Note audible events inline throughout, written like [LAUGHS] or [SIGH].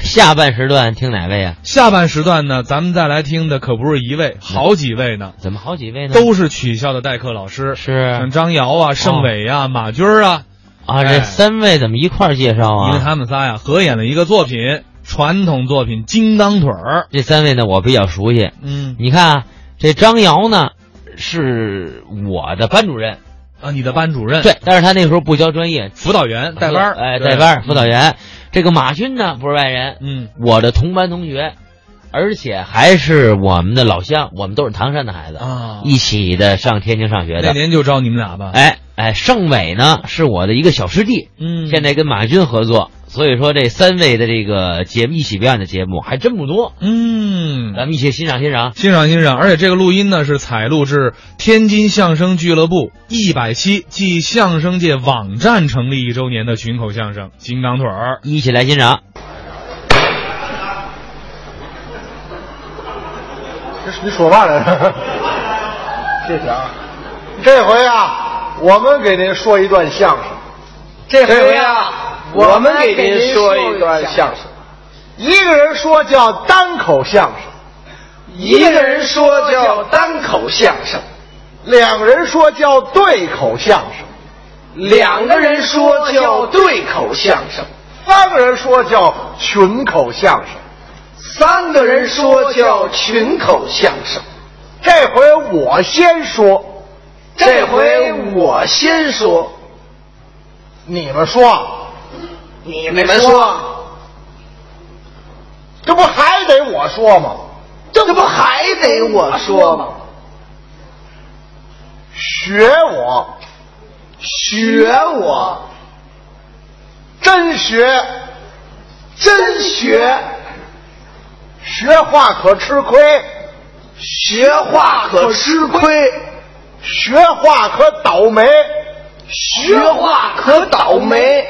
下半时段听哪位啊？下半时段呢，咱们再来听的可不是一嗯位，好几位呢，怎么好几位呢？都是曲校的代课老师，像嗯是哦张瑶啊、盛伟啊、马军儿啊，啊，这哎三位怎么一块儿介绍因为啊？他们仨呀合演了一个作品，传统作品《金刚腿儿》。这三位呢，我比较熟悉。嗯你看啊，这张瑶呢是我的班主任，啊，你的班主任对，但是他那时候不教专业，辅导员带班儿，哎，对带班儿辅导员。这个马军呢不是外人，嗯我的同班同学，而且还是我们的老乡，我们都是唐山的孩子，啊，一起的上天津上学那的。年就招你们俩吧。哎哎，盛伟呢是我的一个小师弟，嗯，现在跟马军合作，所以说这三位的这个节目一起表演的节目还真不多，嗯，咱们一起欣赏欣赏。欣赏欣赏，而且这个录音呢是采录至天津相声俱乐部一百期即相声界网站成立一周年的群口相声《金刚腿儿》。一起来欣赏。这是你说嘛来 [LAUGHS] 着？谢谢啊！这回啊，我们给您说一段相声。这回啊我们给您说一段相声。一个人说叫单口相声，一个人说叫单口相声，两个人说叫对口相声，两个人说叫对口相声，三个人说叫群口相声。三个人说叫群口相声。这回我先说，这回我先说，你们说，啊你们说，这不还得我说吗？这不还得我说吗？学我，学我，真学，真学，学话可吃亏，学话可吃亏，学话可倒霉。学话啊可倒霉。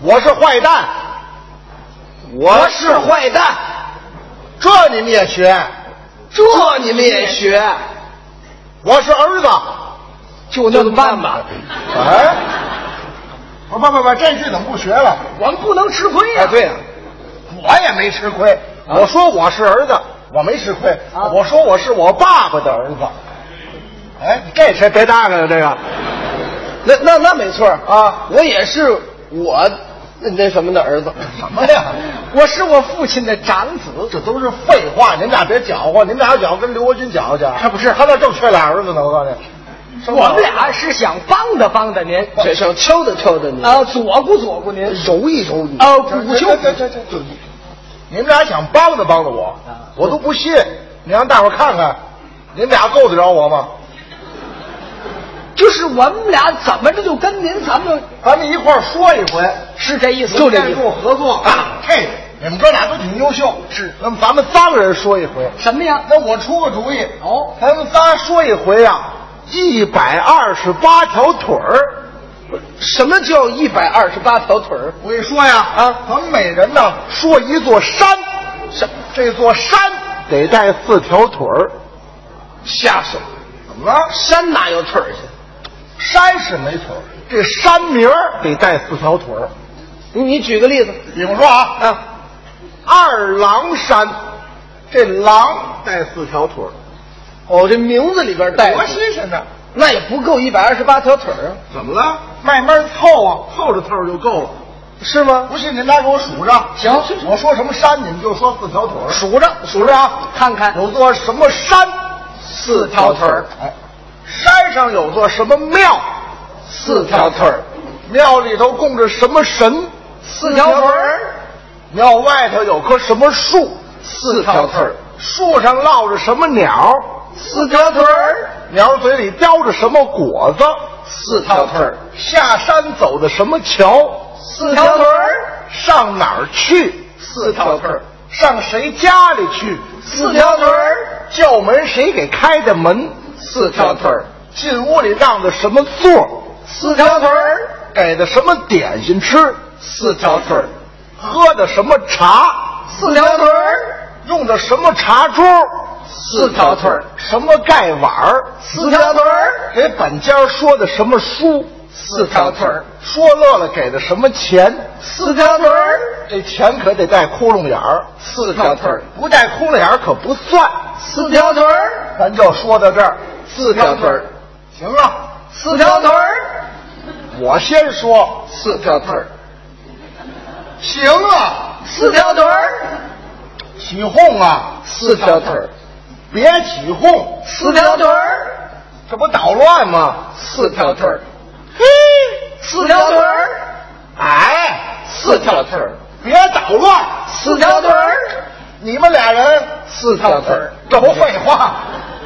我是坏蛋，我是坏蛋，这你们也学。这你们也学，我是儿子，就那么办吧。哎，不不不不，这句怎么不学了？我们不能吃亏呀、哎，对呀、我也没吃亏。我说我是儿子，我没吃亏。啊我说我是我爸爸的儿子。哎，这谁别搭上了这个。那那那没错儿啊我也是我那那什么的儿子。什么呀？我是我父亲的长子。这都是废话，您俩别搅和，您俩要搅和跟刘国军搅和去。是不是他那正缺俩儿子呢，我告诉你。生不我了们俩是想帮着帮着您，这想挑着挑着您啊，左顾左顾您，揉一揉您啊，鼓这就这这这这，你们俩想帮着帮着我，我都不信。你让大伙儿看看，你们俩够得着我吗？就是我们俩怎么着就跟您，咱们咱们一块儿说一回，是这意思，就这处合作啊！嘿，你们哥俩都挺优秀，是。那么咱们三个人说一回，什么呀？那我出个主意哦咱们仨说一回啊，一百二十八条腿儿。什么叫一百二十八条腿儿？我跟你说呀，啊，咱们每人呢说一座山，什这座山得带四条腿儿。瞎说，怎么了？山哪有腿儿去？山是没腿儿，这山名儿得带四条腿儿。你你举个例子比方说啊，啊。二郎山，这狼带四条腿儿，哦，这名字里边带多新鲜呢！那也不够一百二十八条腿儿啊，怎么了？慢慢凑啊，凑着凑着就够了。是吗？不信您俩给我数着，行我说什么山，你们就说四条腿儿。数着数着啊，看看有座什么山，四条腿儿，哎，山上有座什么庙，四条腿儿，庙里头供着什么神，四条腿儿，庙外头有棵什么树，四条腿儿，树上落着什么鸟，四条腿儿，鸟嘴里叼着什么果子，四条腿儿，下山走的什么桥，四条腿儿，上哪儿去，四条腿儿，上谁家里去，四条腿儿，叫门谁给开的门，四条腿儿，进屋里让的什么座，四条腿儿，给的什么点心吃，四条腿儿，喝的什么茶，四条腿儿，用的什么茶桌，四条腿儿，什么盖碗儿，四条腿儿，给本家说的什么书，四条腿儿，说乐了给的什么钱，四条腿儿，这钱可得带窟窿眼儿，四条腿儿不带窟窿眼儿可不算。四条腿儿，咱就说到这儿，四条腿儿，行了，四条腿儿，我先说，四条腿儿，行啊，四条腿儿，起哄啊，四条腿儿，别起哄，四条腿儿，这不捣乱吗？四条腿儿，嘿，四条腿儿，哎，四条腿儿，别捣乱，四条腿儿，你们俩人四条腿儿。这不废话，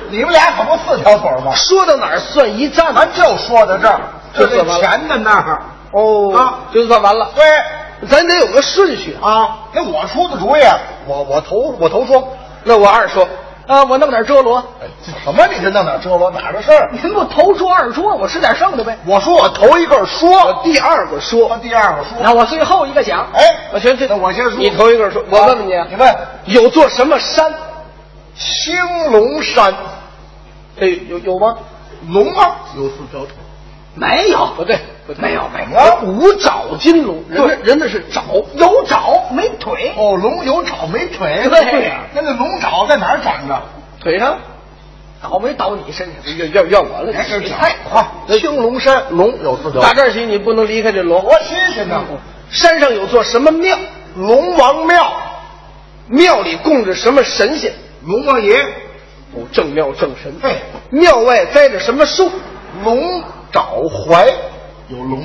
你们俩可不四条腿儿吗？说到哪儿算一站？咱就说到这儿，这就怎这么了钱的那儿，哦啊就算完了。对咱得有个顺序啊。啊，那我出的主意啊，我我头我头说，那我二说，啊，我弄点遮罗。哎怎么你这弄点这罗哪儿的事儿？您给我头桌二桌，我吃点剩的呗。我说我头一个说，第二个我说，第二个说，那我最后一个讲。哎我全这，那我先说你头一个说，我问问你啊，你问有座什么山？兴隆山哎，有有吗？龙啊，有四条腿，没有，不对，没有没有。五爪金龙，人家人家是爪，有爪没腿，哦，龙有爪没腿，对那那龙爪在哪儿长着？啊腿上倒没倒你身上？要要要我了哎这你这太快！青龙山龙有四条腿，打这儿起你不能离开这龙。多新鲜呐！山上有座什么庙？龙王庙，庙里供着什么神仙？龙王爷，哦，正庙正神。对，庙外栽着什么树？龙爪槐有龙，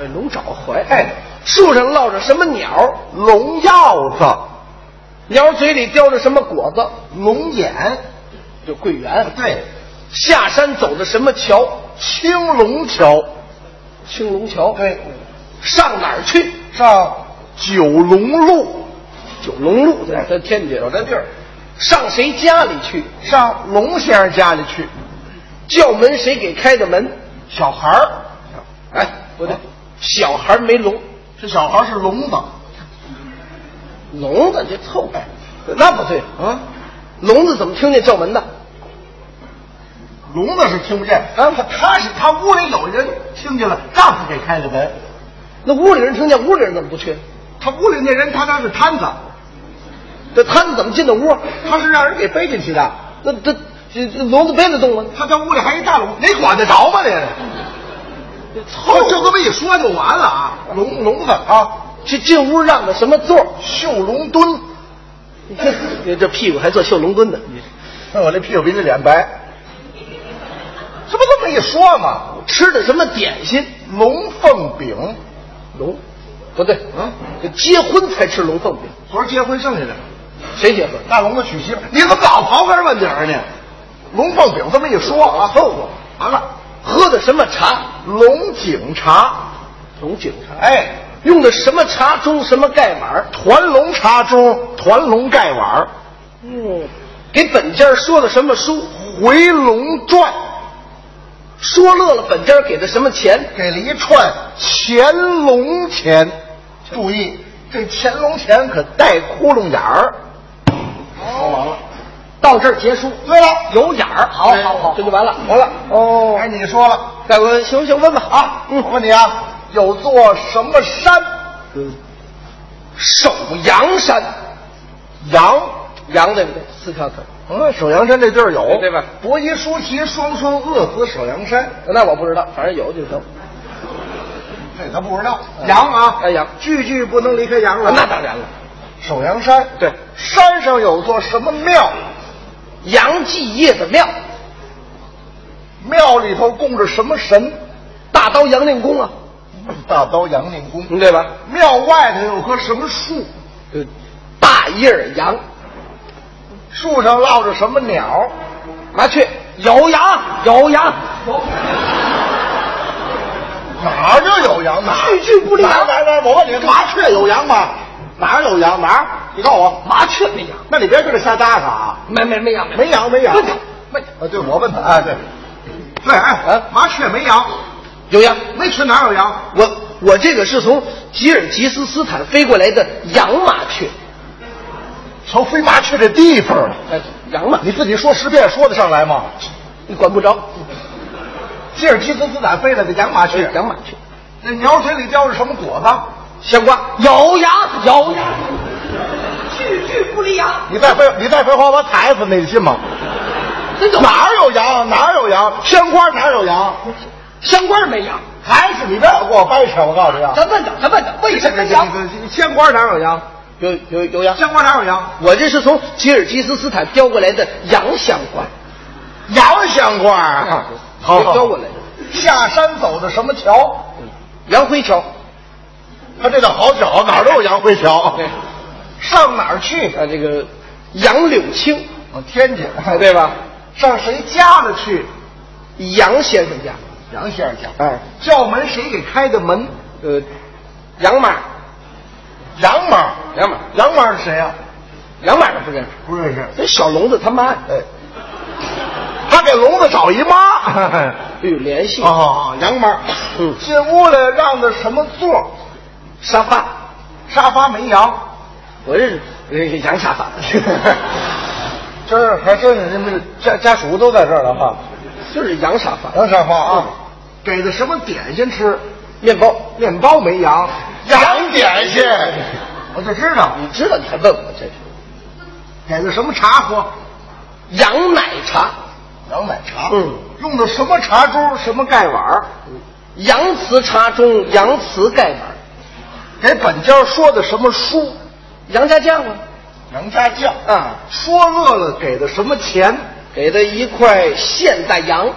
哎，龙爪槐。哎，树上落着什么鸟？龙药子，鸟嘴里叼着什么果子？龙眼，就桂圆。对，下山走着什么桥？青龙桥，青龙桥。对，上哪儿去？上九龙路，九龙路，对，在天津有这地儿。上谁家里去？上龙先生家里去，叫门谁给开的门？小孩儿，哎，不对，小孩没聋，这小孩儿是聋子，聋子就凑合。那不对啊，聋子怎么听见叫门的？聋子是听不见，啊他是他屋里有人听见了，丈夫给开的门，那屋里人听见，屋里人怎么不去？他屋里那人他家是摊子，这摊子怎么进的屋？他是让人给背进去的，那这这这聋子背得动吗？他家屋里还一大笼，你管得着吗你？凑就这么一说就完了啊！聋聋子啊，这进屋让的什么座？绣龙墩，你这你这屁股还做绣龙墩呢？你看我这屁股比你脸白，这不这么一说吗？吃的什么点心？龙凤饼，龙，不对，啊嗯，这结婚才吃龙凤饼。昨儿结婚剩下的，谁结婚？大龙子娶媳妇，你怎么老刨根问底儿呢？龙凤饼这么一说啊，凑合完了。喝的什么茶？龙井茶，龙井茶。哎，用的什么茶盅？什么盖碗儿？团龙茶盅，团龙盖碗儿，嗯，给本家说的什么书？ 《回龙传说乐了，本家给的什么钱》？给了一串乾隆钱，注意这乾隆钱可带窟窿眼儿。说完了。到这儿结束，对了，有眼儿，好好好，这就完了，完了。哦，该你说了。该我行行问吧啊，我问你啊，有座什么山？嗯首阳山，羊。阳对不对？四条腿。嗯，首阳山这地儿有，哎对吧？嗯伯夷叔齐双双饿死首阳山，那我不知道，反正有就行。这咱哎不知道。羊啊，哎羊句句不能离开羊了。啊那当然了，首阳山，对山上有座什么庙？杨继业的庙，庙里头供着什么神？大刀杨令公啊，大刀杨令公。对吧？庙外头有棵什么树？呃，大叶儿杨，树上落着什么鸟？麻雀，有羊，有羊，哪儿就有羊？哪儿句句不离哪儿羊哪儿哪儿？我问你，麻雀有羊吗？哪儿有羊？哪儿？你告诉我。麻雀没羊，那你别跟这瞎搭茬啊！没没没羊，没没羊，没羊。没啊，对，我问他啊，对，对，哎啊，麻雀没羊，有羊。没群哪儿有羊？我我这个是从吉尔吉斯斯坦飞过来的洋麻雀，瞧飞麻雀这地方了，哎，洋麻，你自己说十遍说得上来吗？你管不着，吉尔吉斯斯坦飞来的洋麻雀，哎洋麻雀，那鸟嘴里叼着什么果子？香瓜，有牙有牙，句句不离牙，你再废你再废话，我踩死你，你信吗？真有哪儿有羊？哪儿有羊？香瓜哪儿有羊？香官没牙。还是你不要给我掰扯！我告诉你啊，咱问他，咱问他，为什么这羊？这这香瓜哪儿有羊？有有有羊香瓜哪儿有羊？我这是从吉尔吉斯斯坦叼过来的洋香瓜，羊香瓜啊！好，好叼过来的下山走的什么桥？洋灰条。他这倒好找，哪儿都有洋灰桥。 [LAUGHS] 对，上哪儿去？啊，这个杨柳青，我天津， [LAUGHS] 对吧？上谁家里去？杨先生家，杨先生家。哎，叫门谁给开的门？呃，杨马，杨妈。杨妈杨妈是谁呀、杨马不认识，不认识。这小聋子他妈，哎，他给聋子找一 [LAUGHS] 妈。有哎联系。哦，杨妈，嗯进屋来让的什么座？沙发，沙发没羊，我认识，这个洋 [LAUGHS] 沙发。今儿还真是你们家家属都在这儿了哈。就是洋沙发，嗯杨沙发啊，给的什么点心吃？面包，面包没羊，羊点心，我就知道。你知道你还问我这是给的什么茶喝？洋奶茶，羊奶茶嗯，用的什么茶盅？什么盖碗儿？洋瓷茶中洋瓷盖碗，给本家说的什么书？杨家将啊，杨家将啊说乐了给的什么钱？给的一块现代洋，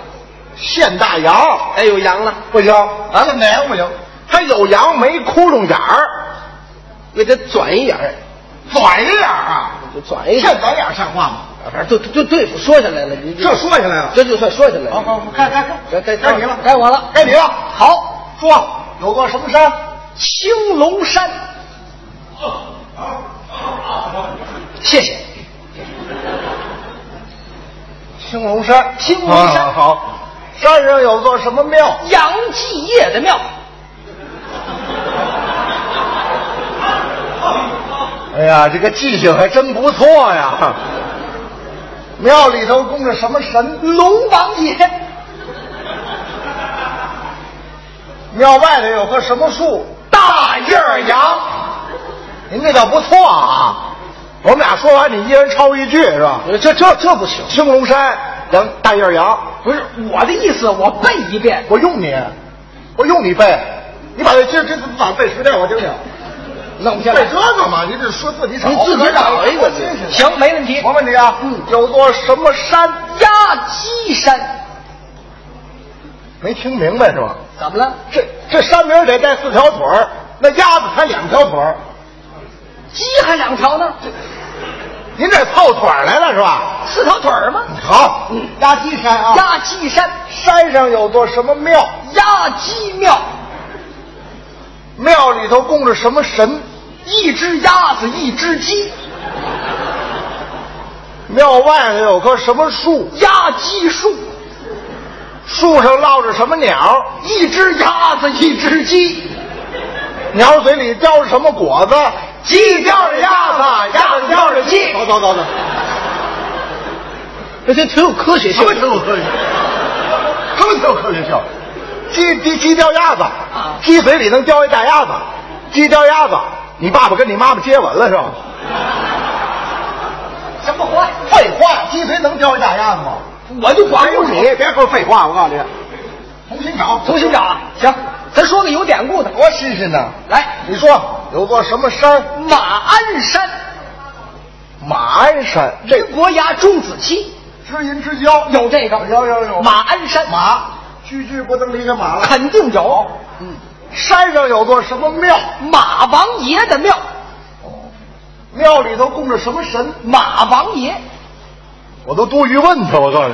现大洋。哎，有洋了，不行啊，现大洋不行，它有羊没窟窿眼儿，也得转一点儿，哎转一点儿啊。就转一点现儿。转眼像话吗？啊反正就就就对付说下来了，你这说下来了这就算说下来了。好好，好该该该该该该你了，该我了该你了。哎好，说有座什么山？青龙山，谢谢。青龙山，青龙山啊好，山上有座什么庙？杨继业的庙，哎呀，这个记性还真不错呀。庙里头供着什么神？龙王爷，庙外头有棵什么树？大叶儿羊。您这倒不错啊。我们俩说完，你一人抄一句是吧？这这这不行，青龙山杨大叶儿羊，不是我的意思，我背一遍。我用你，我用你背，你把这这这把背熟点，我听听。弄不下来背这个嘛，你得说自己找，你自己找一个我新鲜。行，没问题。我问你啊，嗯有座什么山？压鸡山，没听明白是吧？怎么了？这这山名得带四条腿儿，那鸭子才两条腿儿，鸡还两条呢，您这凑腿儿来了是吧？四条腿儿吗？好，压鸡山啊，压鸡山，山上有座什么庙？压鸡庙，庙里头供着什么神？一只鸭子一只鸡，庙外头有棵什么树？压鸡树，树上落着什么鸟？一只鸭子一只鸡，鸟嘴里叼着什么果子？鸡叼着鸭子，鸭子叼着鸡。走走走走，这这挺有科学什 [LAUGHS] 么挺有科学，什么挺有科学性。鸡鸡鸡叼鸭子，鸡嘴里能叼一大鸭子，鸡叼鸭子。你爸爸跟你妈妈接吻了是吧？什么话？废话，鸡嘴能叼一大鸭子吗？我就管还有不你你。，别说废话，我告诉你，哎重新找，重新找啊！行，咱说个有典故的。多新鲜呐！来，你说有座什么山？马鞍山，马鞍山，这这国衙钟子期知音之交有这个，有有有马鞍山，哦马，哦句句不能离开马了。肯定有。嗯，山上有座什么庙？马王爷的庙，庙里头供着什么神？马王爷，我都多余问他，我告诉你，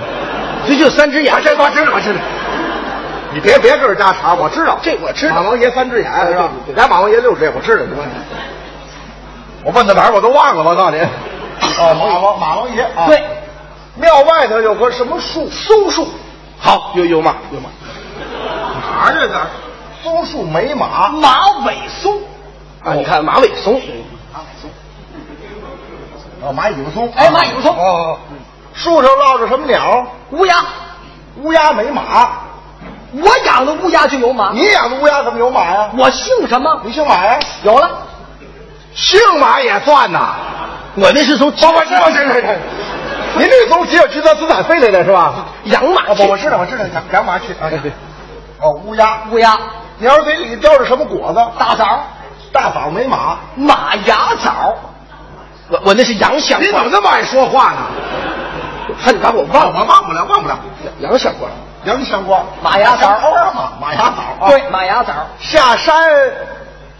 这就三只眼我。啊这我知道，我知道。你别别跟着家查，我知道，哎这我知道马王爷三只眼是吧对对？对俩马王爷六只眼，我知道。我问到哪儿我都忘了，我告诉你。哦，马王马王爷啊，对，庙外头有棵什么树？松树，好，有有马有马，哪儿这啊个？松树没马，马尾松哦啊！你看马尾松，哦，马尾巴松。哎马尾巴松哦哦，哦树上落着什么鸟？乌鸦，啊乌鸦没马，我养的乌鸦就有马。你养的乌鸦怎么有马呀？我姓什么？你姓马呀？有了，姓马也算呐。哦我那是从我我知道，知 [LAUGHS] 道，知道。您这从只有知道资产费来的是吧？养马啊，不，我知道，我知道，养养马去啊，对。哦，乌鸦，乌鸦、你要是嘴里叼着什么果子？大枣、大枣没马。马牙枣。我我那是洋香你怎瓜么，那么爱说话呢？看你把我忘忘了。我忘不了，忘不了。洋香瓜，杨香瓜，马牙枣哦马马牙枣啊。对，，马牙枣，下山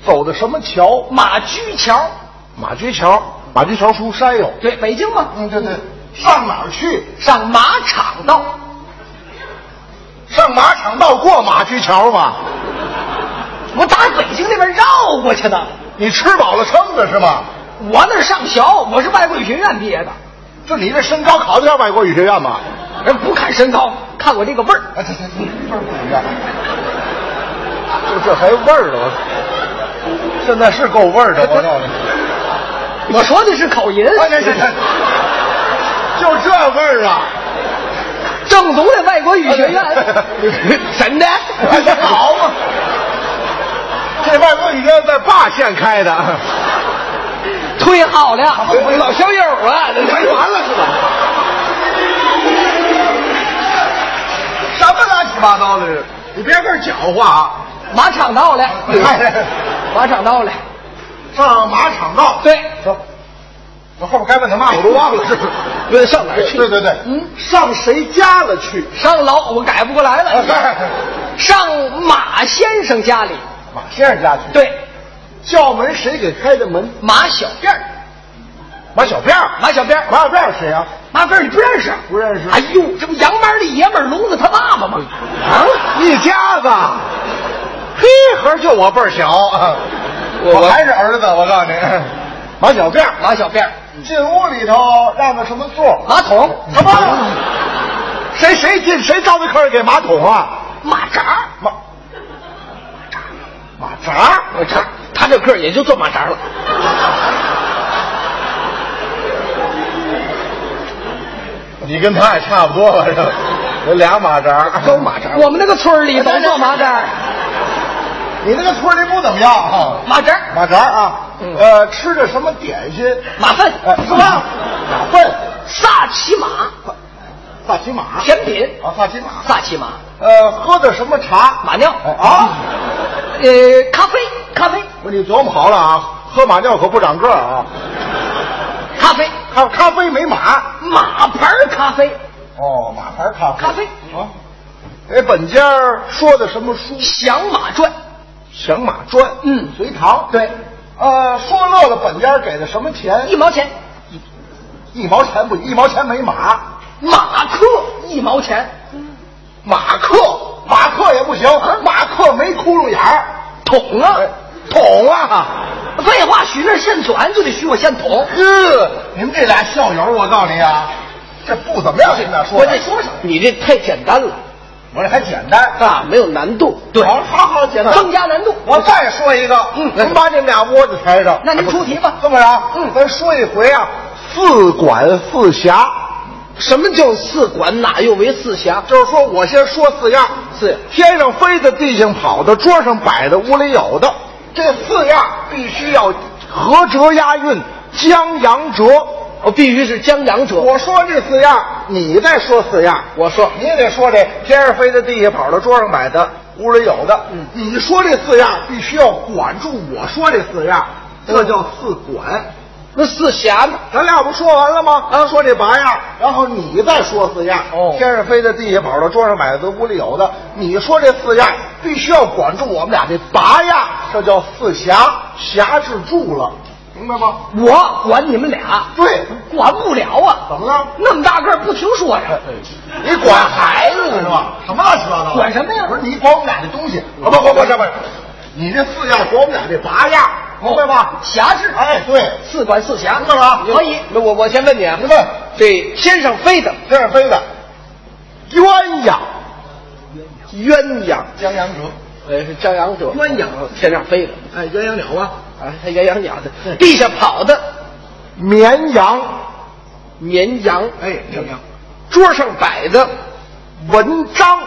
走的什么桥？马驹桥，马驹桥，马驹桥出山有。对，北京嘛，嗯，对对，上哪儿去？上马场道，上马场道过马驹桥吗？我打北京那边绕过去的。你吃饱了撑的是吗？我那儿上学，我是外国语学院毕业的，就你这身高考得上外国语学院吗？人不看身高，看我这个味儿。啊，这这这味儿不一样，这这还味儿了，我现在是够味儿的，我告诉你，我说的是口音，哎这这这，就这味儿啊！正宗的外国语学院哎对，真的。哎，这好嘛！这外国语学院在霸县开的，忒好了，老小友啊，没完了是吧？什么乱七八糟的这是？你别跟这儿搅和啊！马场道了，哎马场道了，上马场道，对，走，我后边该问他嘛，我都忘了，是不是？问上哪儿去？对对对，嗯，上谁家了去？上老我改不过来了，哎上马先生家里， [LAUGHS] 马先生家去。，对，叫门谁给开的门？马小辫儿，马小辫儿，马小辫儿，马小辫儿谁呀？马辫儿你不认识？不认识哎呦，这不洋班的爷们儿聋子他爸爸吗？啊，一家子，嘿，合着就我辈儿小， [LAUGHS] 我嗯我还是儿子。我告诉你，马小辫儿马小辫儿，进屋里头让着什么座？马桶，什么？谁谁进谁招的客人给马桶啊？马扎，马马扎，马扎，他这个儿也就做马扎了。 [LAUGHS] 你跟他也差不多了是吧？有俩马扎，啊都马扎我们那个村儿里都做马扎，你那个村儿里不怎么样啊？ [LAUGHS] 马扎，马扎啊，嗯呃，吃的什么点心？马粪，哎，什么？马粪、萨其马， [LAUGHS] 萨其马、甜品，啊，萨其马，萨其马，呃，喝的什么茶？马尿哎啊！ [LAUGHS] 呃，咖啡，咖啡，我说你琢磨好了啊，喝马尿可不长个儿啊。咖啡，咖咖啡没马马牌儿咖啡，哦，马牌咖啡咖啡啊。给本家儿说的什么书？《响马传，响马传》嗯隋唐对，呃，说乐了，本家儿给的什么钱？一毛钱，一毛钱不，一毛钱没马，马克一毛钱，马克马克也不行，马克没窟窿眼儿，桶啊，哎捅啊！废话，许那现转就得许我现捅。呵，你们这俩校友，我告诉你啊，这不怎么样，现在说我的这说什么？你这太简单了我这还简单，啊，没有难度，对，好好好简单，增加难度。我再说一个，嗯您把你们俩窝在台上。那您出题吧这么着啊，嗯咱说一回啊，四管四辖，什么叫四管？哪又为四侠？就是说我先说四样：四天上飞的，地上跑的，桌上摆的，屋里有的。这四样必须要合辙押韵，江洋折。我哦必须是江洋者。我说这四样，你再说四样。我说你也得说这天上飞的，地下跑的，桌上摆的，屋里有的。嗯你说这四样必须要管住我说这四样，嗯这叫四管。那四侠呢？咱俩不说完了吗？啊，说这八样，然后你再说四样。哦天上飞的，地下跑的，桌上摆的，屋里有的。你说这四样必须要管住我们俩这八样，这叫四侠，侠制住了，明白吗？我管你们俩，对，管不了哎啊。怎么了？那么大个儿不听说呀？你管孩子呢是吧？什么乱七八糟的？管什么呀不是你管我们俩这东西，啊不不不什么，你这四样管我们俩这八样，明白吗？哦侠制，哎，对，四管四侠，干嘛可以。那我我先问你啊你问这天上飞的天上飞的鸳鸯，鸳鸯，江洋折，呃，是张扬者，鸳鸯天上飞的哎，鸳鸯鸟啊，啊，还鸳鸯鸟的，地下跑的绵羊，绵羊，哎哎，绵羊，桌上摆的文章，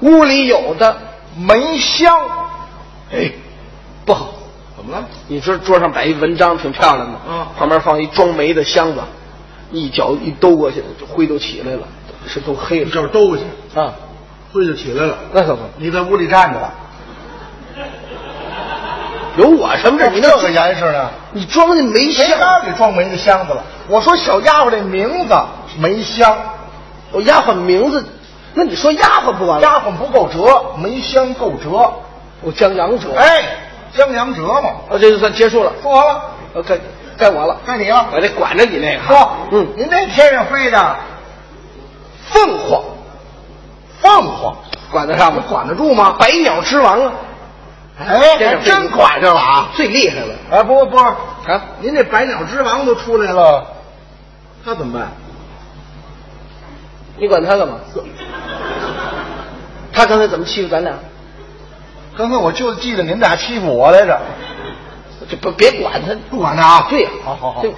屋里有的梅香，哎，不好。怎么了？你知道桌上摆一文章挺漂亮的，嗯旁边放一装煤的箱子，一脚一兜过去，这灰都起来了，是都黑一了脚哎兜过去，啊，灰就起来了。那可不，你在屋里站着吧，有我什么事儿？你那这个严实呢？你装的煤谁箱让，你装煤那箱子了？我说小丫鬟这名字梅香，我丫鬟名字，那你说丫鬟不完了？丫鬟不够折，梅香够折。我江阳折，，哎，江阳折嘛，啊，这就算结束了，说完了，呃，该该我了，该你了。我得管着你那个哈，嗯说，嗯，您那天上飞的凤凰凤凰，管得上吗？管得住吗？百鸟之王啊，哎，这还是真管着了啊！最厉害了哎，不不，啊！您这百鸟之王都出来了，他怎么办？你管他干嘛？他刚才怎么欺负咱俩？刚才我就记得您俩欺负我来着，就不别管他。不管他啊。对呀好好好对。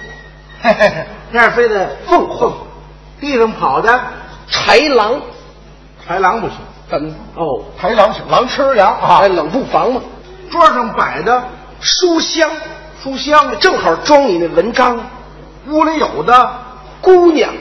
嘿嘿嘿天上飞的凤凰，地上跑的豺狼豺狼不行，怎么？哦，豺狼行，狼吃羊啊哎，。冷不防嘛。桌上摆的书香，书香，正好装你那文章。屋里有的姑娘，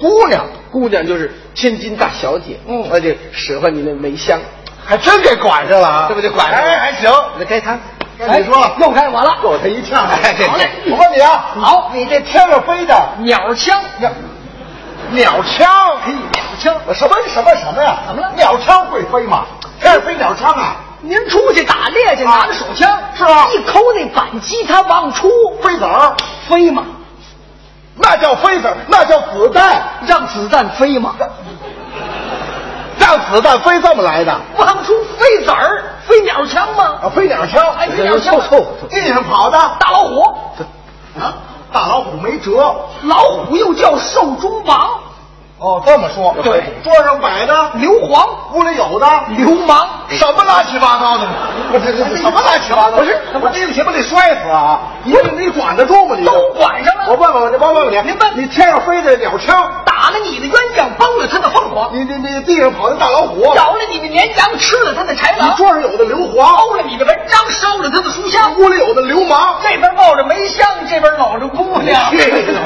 姑娘，姑娘就是千金大小姐。嗯而且使唤你那梅香，还真给管上了啊！这不就管上了哎，还行。哎那该他。该你说了又该我了。够他一呛。哎嗯对好嘞，对我问你啊，好你这天上飞的鸟枪，鸟鸟枪，嘿，鸟枪，什么什么什么呀？怎么了？鸟枪会飞吗？天上飞鸟枪啊，您出去打猎去，啊拿着手枪是吧一抠那扳机，它往出飞子儿，飞嘛，那叫飞子儿，那叫子弹，让子弹飞嘛，让子弹飞这么来的往出飞子儿，飞鸟枪嘛，啊？飞鸟枪，哎飞鸟枪凑凑凑地上跑的大老虎。啊，大老虎没辙。老虎又叫瘦猪王、哦，这么说对桌上摆的，硫磺、屋里有的，流氓。什么乱七八糟的？不是，这什么乱七八糟？不是我这个鞋不得摔死啊！你你管得住吗？你都管上了我问问我，我问问你，您问你天上飞的鸟枪，打了你的鸳鸯，崩了他的凤凰；你你你地上跑的大老虎，咬了你的绵羊，吃了他的豺你狼；桌上有的硫包磺，了你的文章，烧了他的书香。屋里有的流氓。这边冒着梅香，这边搂着姑娘。去你的